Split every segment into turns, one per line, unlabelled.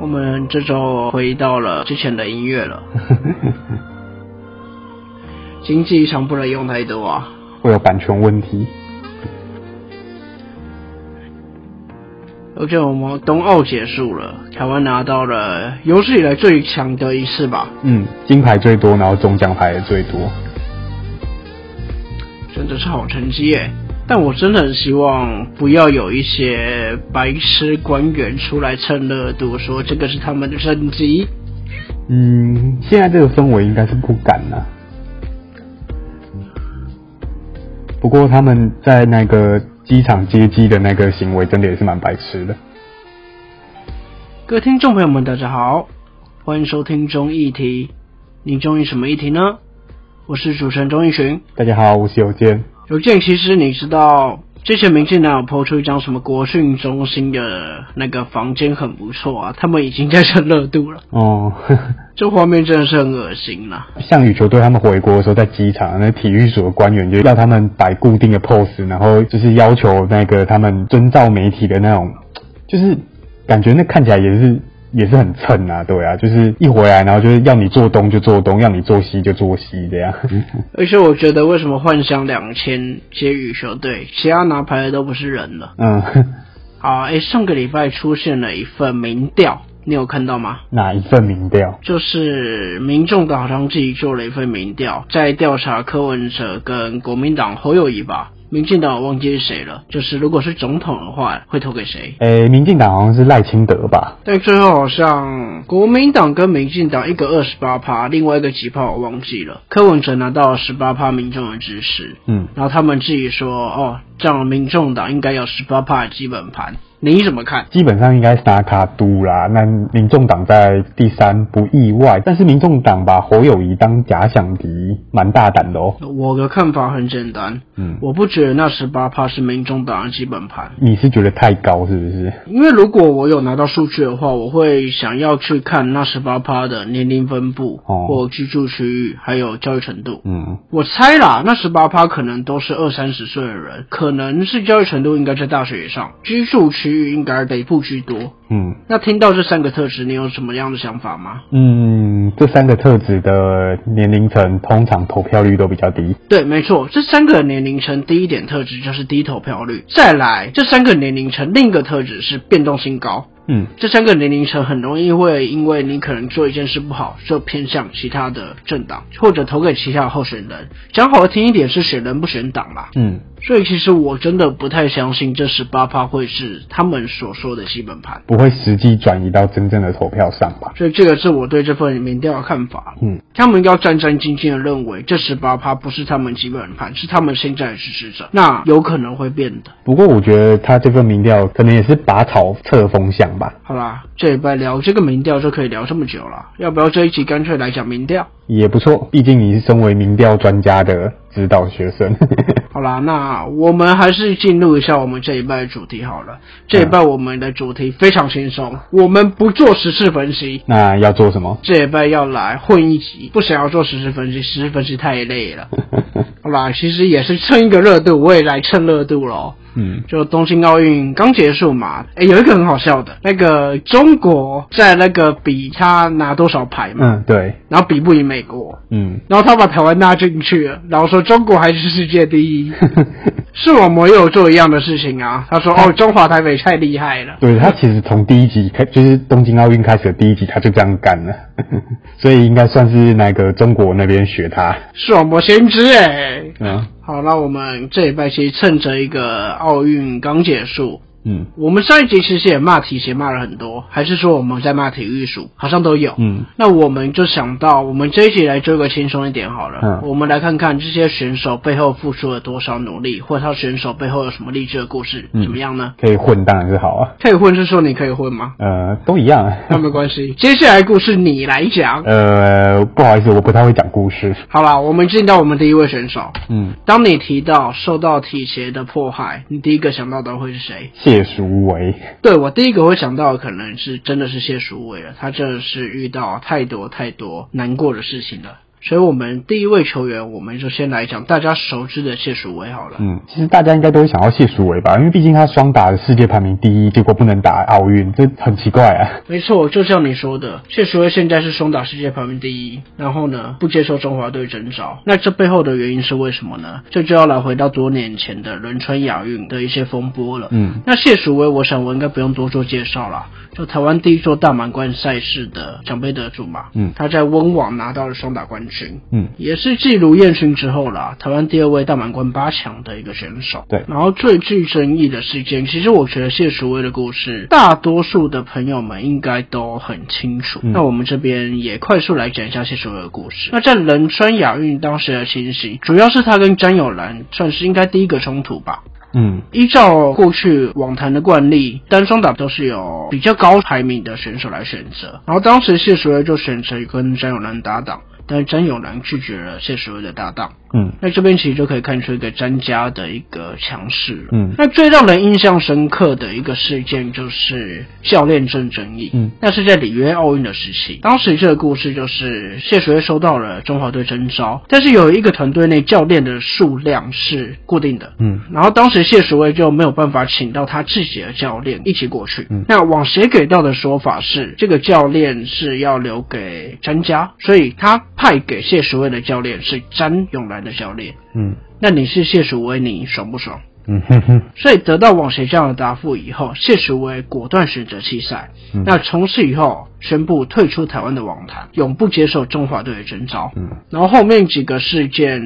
我们这周回到了之前的音乐了，经济上不能用太多啊。
会有版权问题。
而且我们冬奥结束了，台湾拿到了有史以来最强的一次吧，
嗯，金牌最多，然后总奖牌也最多。
真的是好成绩耶！但我真的很希望不要有一些白痴官员出来蹭热度，说这个是他们的成绩。
嗯，现在这个氛围应该是不敢了、不过他们在那个机场接机的那个行为，真的也是蛮白痴的。
各位听众朋友们，大家好，欢迎收听综艺题。你中意什么议题呢？我是主持人钟义群。
大家好，我是邮件。
邮件其实你知道，之前民进党有抛出一张什么国训中心的那个房间很不错啊，他们已经在蹭热度了，
哦，
这画面真的是很恶心啦。
项羽球队他们回国的时候，在机场那体育署的官员就要他们摆固定的 pose，然后就是要求那个他们遵照媒体的那种，就是感觉那看起来也是也是很蹭啊，对啊，就是一回来然后就是要你做东就做东，要你做西就做西这样。
而且我觉得为什么幻想两千接羽球队，其他拿牌的都不是人了。
嗯，
好，诶，上个礼拜出现了一份民调，你有看到吗？
哪一份民调？
就是民众党好像自己做了一份民调，在调查柯文哲跟国民党侯友谊吧，民进党我忘记是谁了。就是如果是总统的话，会投给谁？
诶，民进党好像是赖清德吧？
但最后好像国民党跟民进党一个二十八趴，另外一个几趴我忘记了。柯文哲拿到十八趴民众的支持，
嗯，
然后他们自己说，哦，这样民众党应该有十八趴基本盘，你怎么看？
基本上应该是拿卡都啦。那民众党在第三不意外，但是民众党把侯友谊当假想敌，蛮大胆的哦。
我的看法很简单，
嗯，
我不觉得那十八趴是民众党的基本盘。
你是觉得太高是不是？
因为如果我有拿到数据的话，我会想要去看那十八趴的年龄分布、
哦
或居住区域，还有教育程度。
嗯，
我猜啦，那十八趴可能都是二三十岁的人，可能是教育程度应该在大学以上，居住区域应该北部居多。
嗯
那听到这三个特质，你有什么样的想法吗？
嗯，这三个特质的年龄层通常投票率都比较低。
对，没错，这三个年龄层第一点特质就是低投票率。再来，这三个年龄层另一个特质是变动性高。
嗯
这三个年龄层很容易会因为你可能做一件事不好，就偏向其他的政党，或者投给其他的候选人。讲好听一点是选人不选党啦。
嗯，
所以其实我真的不太相信这十八趴会是他们所说的基本盘。
不会实际转移到真正的投票上吧？
所以这个是我对这份民调的看法。
嗯，
他们要战战兢兢的认为这十八趴不是他们基本盘，是他们现在的支持者，那有可能会变的。
不过我觉得他这份民调可能也是拔草测风向吧，
好啦，这礼拜聊这个民调就可以聊这么久了，要不要这一集干脆来讲民调？
也不错。毕竟你是身为民调专家的指导学 生。
好啦，那我们还是进入一下我们这一拜的主题好了。这一拜我们的主题非常轻松，我们不做时事分析。
那要做什么？
这一拜要来混一集，不想要做时事分析，时事分析太累了。 好啦，其实也是蹭一个热度，我也来蹭热度咯。
嗯，
就东京奥运刚结束嘛，诶，有一个很好笑的，那个中国在那个比他拿多少牌嘛，
嗯，对，
然后比不赢美国，
嗯，
然后他把台湾拉进去了，然后说中国还是世界第一。视网膜也有做一样的事情啊。他说：“ 哦，中华台北太厉害了。
对他其实从第一集开，就是东京奥运开始的第一集，他就这样干了， 所以应该算是那个中国那边学他。”
视网膜先知哎、
嗯
好，那我们这礼拜其实趁着一个奥运刚结束，
嗯
我们上一集其实也骂体协骂了很多，还是说我们在骂体育署，好像都有。
嗯
那我们就想到，我们这一集来做个轻松一点好了。
嗯
我们来看看这些选手背后付出了多少努力，或者他选手背后有什么励志的故事，
嗯
怎么样呢？
可以混当然是好啊，
可以混是说你可以混 吗？
呃，都一样啊。
那没关系，接下来故事你来讲。
呃，不好意思，我不太会讲故事。
好啦，我们进到我们第一位选手。
嗯，
当你提到受到体协的迫害，你第一个想到的会是谁？
谢淑薇，
对我第一个会想到的可能是真的是谢淑薇了，她真的是遇到太多太多难过的事情了。所以我们第一位球员，我们就先来讲大家熟知的谢淑薇好了。
嗯，其实大家应该都会想要谢淑薇吧，因为毕竟她双打的世界排名第一，结果不能打奥运，这很奇怪啊。
没错，就像你说的，谢淑薇现在是双打世界排名第一，然后呢不接受中华队征召，那这背后的原因是为什么呢？这就要来回到多年前的仁川亚运的一些风波了。
嗯，
那谢淑薇，我想我应该不用多做介绍啦，就台湾第一座大满贯赛事的奖杯得主嘛。
嗯
她在温网拿到了双打冠军。
嗯，
也是继卢彦勋之后啦，台湾第二位大满贯八强的一个选手。
对
然后最具争议的事件，其实我觉得谢淑薇的故事，大多数的朋友们应该都很清楚。
嗯
那我们这边也快速来讲一下谢淑薇的故事。那在仁川亚运当时的情形，主要是她跟詹友兰算是应该第一个冲突吧。
嗯
依照过去网坛的惯例，单双打都是由比较高排名的选手来选择。然后当时谢淑薇就选择跟詹永南搭档，但是詹永南拒绝了谢淑薇的搭档。
嗯
那这边其实就可以看出一个詹家的一个强势了。
嗯
那最让人印象深刻的一个事件就是教练证争议。
嗯，
那是在里约奥运的时期，当时这个故事就是谢水收到了中华队征召，但是有一个团队内教练的数量是固定的。
嗯
然后当时谢淑薇就没有办法请到他自己的教练一起过去。
嗯
那网协给到的说法是，这个教练是要留给詹家，所以他派给谢淑薇的教练是詹永兰的教练。
嗯
那你是谢淑薇，你爽不爽？
嗯哼哼，
所以得到网协这样的答复以后，谢淑薇果断选择弃赛。
嗯
那从此以后宣布退出台湾的网坛，永不接受中华队的征召。
嗯
然后后面几个事件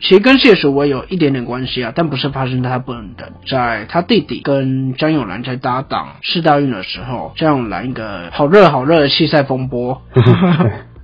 其实跟谢淑薇有一点点关系啊，但不是发生在他本人，在他弟弟跟张永兰在搭档世大运的时候，张永兰一个好热好热的弃赛风波。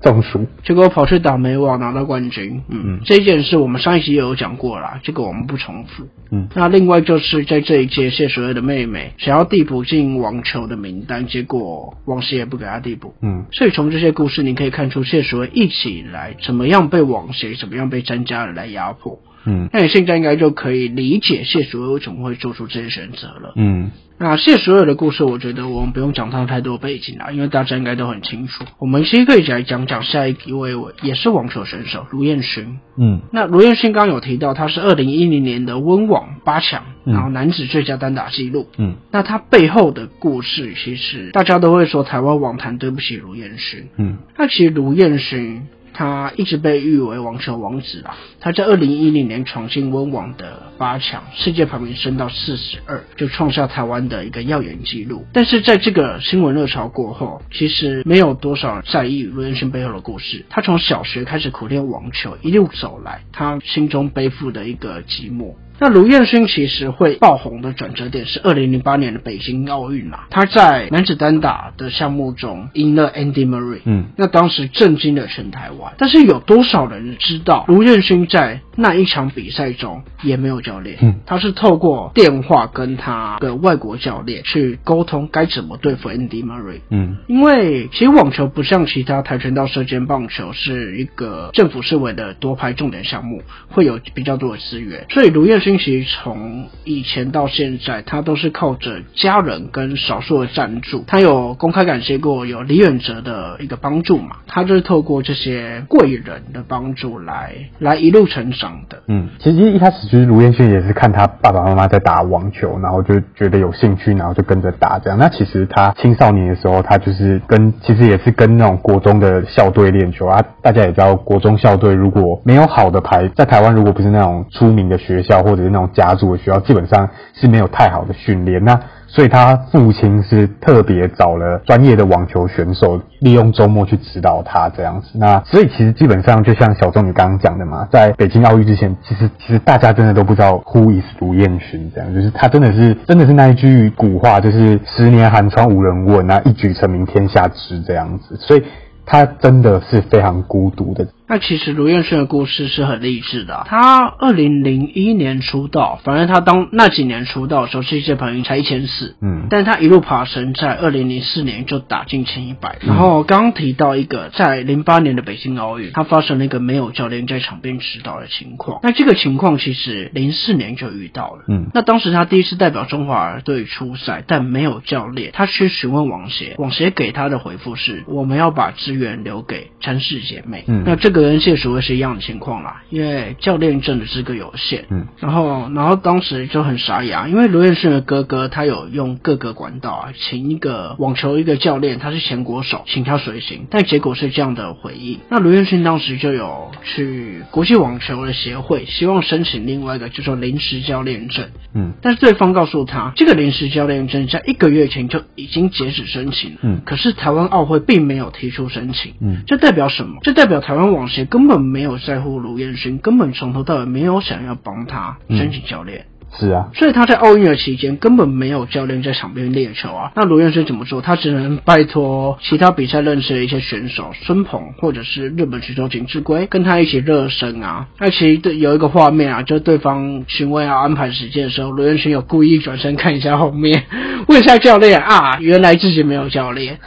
中暑。
结果跑去打美网拿到冠军，嗯，
嗯
这一件事我们上一集也有讲过啦，这个我们不重复。
嗯
那另外就是在这一届谢淑薇的妹妹想要递补进网球的名单，结果王协也不给她递补。
嗯
所以从这些故事，你可以看出谢淑薇一直以来怎么样被网协、怎么样被詹家人来压迫。
嗯
那你现在应该就可以理解谢淑薇为什么会做出这些选择了。
嗯
那谢所有的故事，我觉得我们不用讲他太多背景啦，因为大家应该都很清楚。我们其实可以来讲讲下一位也是网球选手卢彦勋。
嗯
那卢彦勋刚刚有提到，他是二零一零年的温网八强，
嗯
然后男子最佳单打纪录。
嗯
那他背后的故事，其实大家都会说台湾网坛对不起卢彦勋，
嗯
那其实卢彦勋他一直被誉为网球王子啊，他在二零一零年闯进温网的八强，世界排名升到四十二，就创下台湾的一个耀眼纪录。但是在这个新闻热潮过后，其实没有多少人在意卢彦勋背后的故事。他从小学开始苦练网球，一路走来，他心中背负的一个寂寞。那卢彦勋其实会爆红的转折点是二零零八年的北京奥运啦、他在男子单打的项目中赢了 Andy Murray，
嗯
那当时震惊了全台湾，但是有多少人知道卢彦勋在那一场比赛中也没有教练，
嗯
他是透过电话跟他的外国教练去沟通该怎么对付 Andy Murray。
嗯
因为其实网球不像其他跆拳道、射箭、棒球是一个政府视为的多拍重点项目，会有比较多的资源，所以卢彦勋其实从以前到现在，他都是靠着家人跟少数的赞助，他有公开感谢过有李远哲的一个帮助嘛，他就是透过这些贵人的帮助来来一路成长的。
嗯，其实一开始就是卢彦勋也是看他爸爸妈妈在打网球，然后就觉得有兴趣，然后就跟着打这样。那其实他青少年的时候，他就是跟其实也是跟那种国中的校队练球啊。大家也知道，国中校队如果没有好的牌，在台湾如果不是那种出名的学校或者是那种甲组的学校，基本上是没有太好的训练。那所以他父亲是特别找了专业的网球选手，利用周末去指导他这样子。那所以其实基本上就像小钟你刚刚讲的嘛，在北京奥运之前，其实其实大家真的都不知道 who is 卢彦勋这样，就是他真的是真的是那一句古话，就是十年寒窗无人问，那一举成名天下知这样子。所以他真的是非常孤独的。
那其实卢彦勋的故事是很励志的啊、他二零零一年出道，反正他当那几年出道的时候，世界排名才一千四，
嗯
但他一路爬升，在二零零四年就打进前一百。
嗯
然后刚刚提到一个，在零八年的北京奥运，他发生了一个没有教练在场边指导的情况。那这个情况其实零四年就遇到了。
嗯
那当时他第一次代表中华队出赛，但没有教练，他去询问王协，王协给他的回复是：我们要把资源留给詹氏姐妹。
嗯
那这个跟谢淑薇是一样的情况啦，因为教练证的资格有限。
嗯，
然后，然后当时就很傻眼啊，因为罗彦顺的哥哥他有用各个管道啊，请一个网球一个教练，他是前国手，请他随行，但结果是这样的回应。那罗彦顺当时就有去国际网球的协会，希望申请另外一个叫做临时教练证，
嗯
但是对方告诉他，这个临时教练证在一个月前就已经截止申请了。
嗯
可是台湾奥会并没有提出申请。
嗯
这代表什么？这代表台湾网协根本没有在乎卢彦勋，根本从头到尾没有想要帮他申请教练，
是啊，
所以他在奥运的期间根本没有教练在场边练球啊。那卢彦勋怎么做？他只能拜托其他比赛认识的一些选手，孙鹏或者是日本选手井志圭跟他一起热身啊。那其实对有一个画面啊，就对方询问要安排时间的时候，卢彦勋有故意转身看一下后面， 问一下教练啊，原来自己没有教练。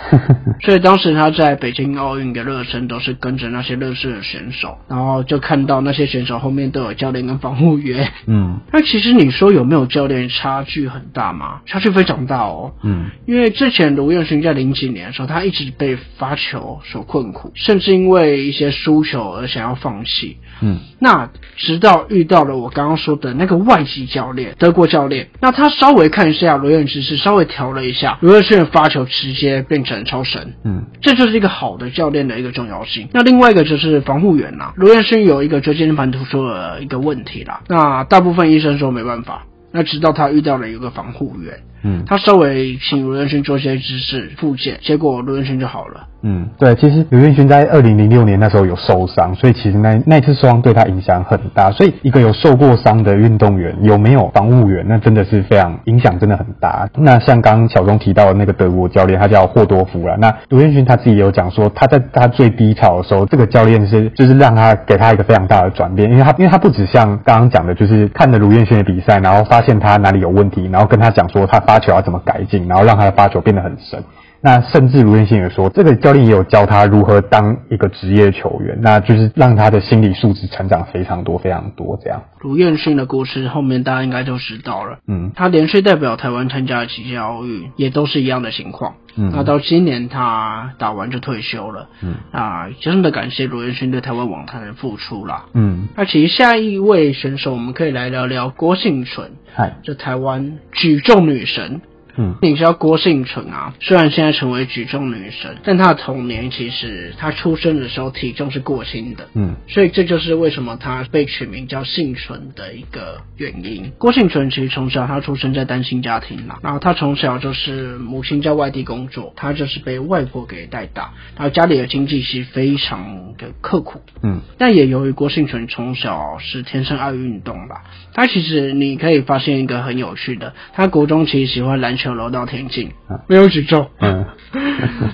所以当时他在北京奥运的热身都是跟着那些热身的选手，然后就看到那些选手后面都有教练跟防护员。
嗯
那其实你说有没有教练差距很大吗？差距非常大哦。
嗯
因为之前卢彦勋在零几年的时候，他一直被罚球所困苦，甚至因为一些输球而想要放弃。
嗯
那直到遇到了我刚刚说的那个外籍教练，德国教练，那他稍微看一下罗彦勋是稍微调了一下，罗彦勋的发球直接变成超神。
嗯
这就是一个好的教练的一个重要性。那另外一个就是防护员啦，罗彦勋有一个椎间盘突出的一个问题啦，那大部分医生说没办法。那直到他遇到了一个防护员，
嗯
他稍微请罗彦勋做一些姿势复健，结果罗彦勋就好了。
嗯，对，其实刘彦勋在二零零六年那时候有受伤，所以其实那那一次受伤对他影响很大。所以一个有受过伤的运动员有没有防务员，那真的是非常影响真的很大。那像刚刚小钟提到的那个德国教练，他叫霍多夫啦。那刘彦勋他自己也有讲说，他在他最低潮的时候，这个教练是就是让他给他一个非常大的转变，因为他因为他不止像刚刚讲的，就是看了卢彦勋的比赛，然后发现他哪里有问题，然后跟他讲说他发球要怎么改进，然后让他的发球变得很神。那甚至卢彦勋也说，这个教练也有教他如何当一个职业球员，那就是让他的心理素质成长非常多非常多这样。
卢彦勋的故事后面大家应该都知道了。
嗯
他连续代表台湾参加了几届奥运，也都是一样的情况。
嗯
那到今年他打完就退休了。
嗯
啊，真的感谢罗彦勋对台湾网坛的付出啦。
嗯，
那其实下一位选手，我们可以来聊聊郭幸存，
嗨，
就台湾举重女神。
嗯
你知道郭幸存啊？虽然现在成为举重女神，但她的童年其实她出生的时候体重是过轻的。
嗯
所以这就是为什么她被取名叫幸存的一个原因。郭幸存其实从小她出生在单亲家庭啦，然后她从小就是母亲在外地工作，她就是被外婆给带大，然后家里的经济其实非常的刻苦。
嗯
但也由于郭幸存从小是天生爱运动吧，他其实你可以发现一个很有趣的，他国中其实喜欢篮球、柔道、田径
嗯，
没有举重，
嗯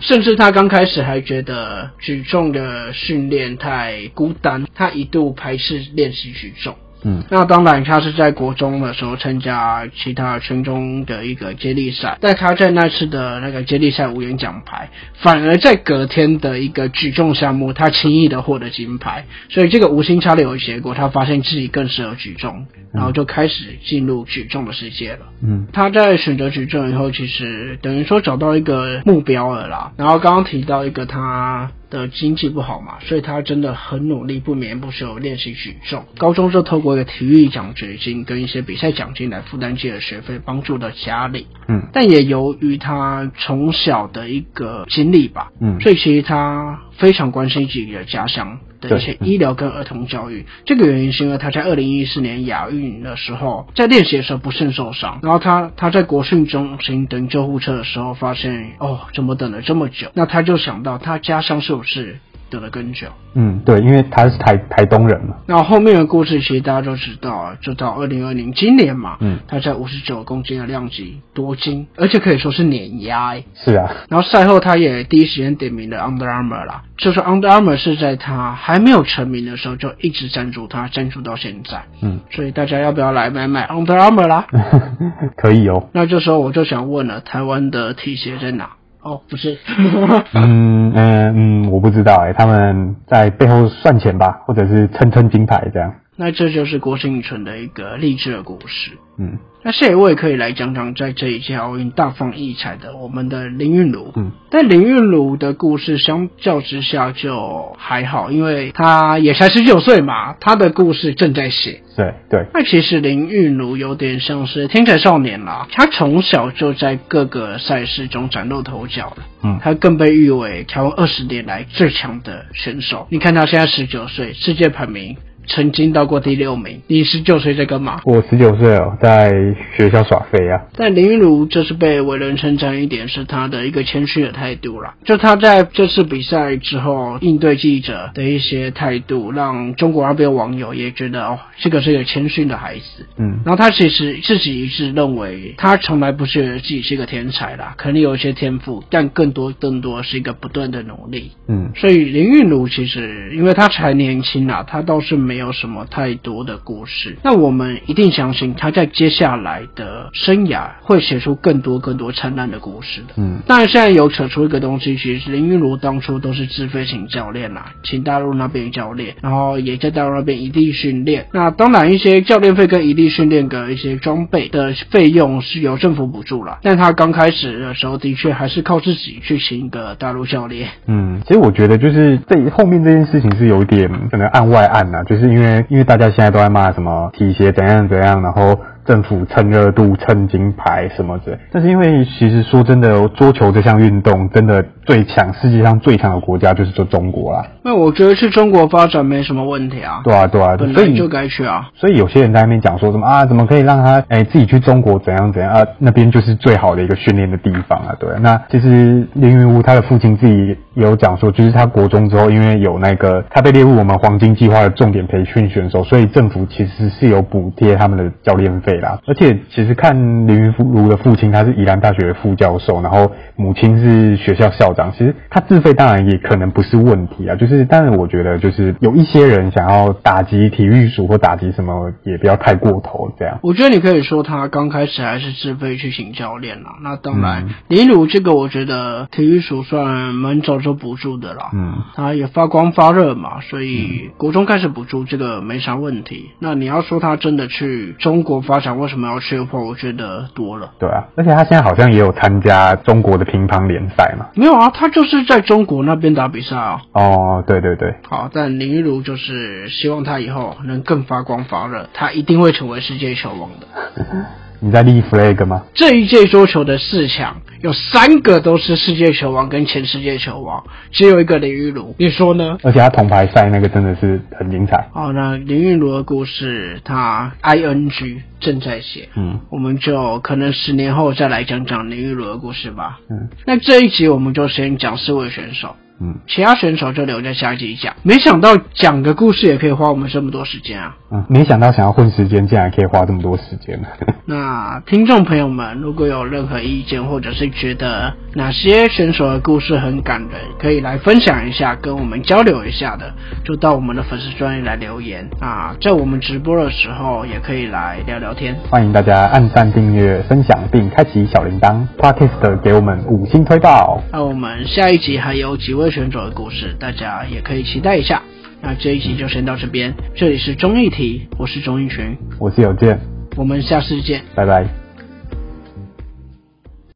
甚至他刚开始还觉得举重的训练太孤单，他一度排斥练习举重。
嗯
那当然，他是在国中的时候参加其他全中的一个接力赛，但他在那次的那个接力赛无缘奖牌，反而在隔天的一个举重项目，他轻易的获得金牌。所以这个无心插柳的结果，他发现自己更适合举重，然后就开始进入举重的世界了。
嗯
他在选择举重以后，其实等于说找到一个目标了啦。然后刚刚提到一个他的经济不好嘛，所以他真的很努力，不眠不休练习举重。高中就透过一个体育奖学金跟一些比赛奖金来负担自己的学费，帮助到家里。
嗯
但也由于他从小的一个经历吧，
嗯，
所以其实他非常关心自己的家乡的一些医疗跟儿童教育。这个原因是因为他在二零一四年亚运的时候，在练习的时候不慎受伤，然后他他在国训中心等救护车的时候，发现哦，怎么等了这么久？那他就想到他家乡是不是等了更久？
嗯对，因为他是台台东人嘛，
那后面的故事其实大家都知道啊，就到二零二零今年嘛，
嗯
他在五十九公斤的量级夺金，而且可以说是碾压、欸。
是啊，
然后赛后他也第一时间点名了 Under Armour 啦，就是 Under Armour 是在他还没有成名的时候就一直赞助他，赞助到现在，
嗯，
所以大家要不要来买买 Under Armour 啦？
可以哦，
那这时候我就想问了，台湾的 T 鞋在哪？哦，不是，
嗯欸嗯嗯，我不知道哎、他们在背后算钱吧，或者是蹭蹭金牌这样，
那这就是郭兴存的一个励志的故事。
嗯
那下一位可以来讲讲在这一届奥运大放异彩的我们的林韵如。
嗯，
但林韵如的故事相较之下就还好，因为她也才十九岁嘛，她的故事正在写。
对对，
那其实林韵如有点像是天才少年啦，她从小就在各个赛事中崭露头角了。
嗯
他更被誉为台湾二十年来最强的选手。你看他现在十九岁，世界排名曾经到过第六名。你十九岁在干嘛？
我十九岁哦，在学校耍飞啊，
但林云儒这次被为人称赞一点是他的一个谦虚的态度啦，就他在这次比赛之后应对记者的一些态度，让中国那边网友也觉得哦，这个是一个谦逊的孩子。
嗯
然后他其实自己一直认为，他从来不是觉得自己是一个天才啦，可能有一些天赋，但更多更多是一个不断的努力。
嗯
所以林韵如其实因为她才年轻啊，她倒是没有什么太多的故事。那我们一定相信她在接下来的生涯会写出更多更多灿烂的故事的。
嗯
当然，现在有扯出一个东西，其实林韵如当初都是自费请教练啦，请大陆那边教练，然后也在大陆那边异地训练。那当然，一些教练费跟异地训练的一些装备的费用是由政府补助啦，但他刚开始的时候的确还是靠自己去请一个大陆教练。
嗯，其实我觉得就是这后面这件事情是有点可能案外案呐、就是因为因为大家现在都在骂什么体协怎样怎样，然后政府蹭热度、蹭金牌什么的。但是因为其实说真的，桌球这项运动真的最强，世界上最强的国家就是说中国啦，
那我觉得去中国发展没什么问题啊，
对啊对啊，
本
所
来
以
就该去啊。
所以有些人在那边讲说什么啊，怎么可以让他哎、自己去中国怎样怎样啊？那边就是最好的一个训练的地方啊，对啊那其实林云武他的父亲自己也有讲说，就是他国中之后，因为有那个他被列入我们黄金计划的重点培训选手，所以政府其实是有补贴他们的教练费啦。而且其实看林云如的父亲，他是宜兰大学的副教授，然后母亲是学校校长，其实他自费当然也可能不是问题啊，就是但是我觉得就是有一些人想要打击体育署或打击什么，也不要太过头这样。
我觉得你可以说他刚开始还是自费去请教练啦。那当
嗯
然，林鲁这个我觉得体育署算蛮早就补助的啦。
嗯
他也发光发热嘛，所以国中开始补助这个没啥问题。那你要说他真的去中国发展，为什么要去的话，我觉得多了。
对啊，而且他现在好像也有参加中国的乒乓联赛嘛。
没有啊，他就是在中国那边打比赛啊。
哦，对对对，
好，但林玉如就是希望他以后能更发光发热，他一定会成为世界球王的。
你在立 flag 吗？
这一届桌球的四强有三个都是世界球王跟前世界球王，只有一个林玉如，你说呢？
而且他铜牌赛那个真的是很精彩。
好，哦那林玉如的故事，他啊 ing 正在写，
嗯
我们就可能十年后再来讲讲林玉如的故事吧。
嗯
那这一集我们就先讲四位选手，
嗯
其他选手就留在下一集讲。没想到讲个故事也可以花我们这么多时间啊！
嗯，没想到想要混时间，竟然可以花这么多时间。
那听众朋友们，如果有任何意见，或者是觉得哪些选手的故事很感人，可以来分享一下，跟我们交流一下的，就到我们的粉丝专页来留言啊，在我们直播的时候也可以来聊聊天。啊
欢迎大家按赞、订阅、分享，并开启小铃铛。Podcast 给我们五星推爆。
那我们下一集还有几位选手的故事，大家也可以期待一下。那这一集就先到这边，这里是综艺题，我是钟一群，
我是有健，
我们下次见。
拜拜。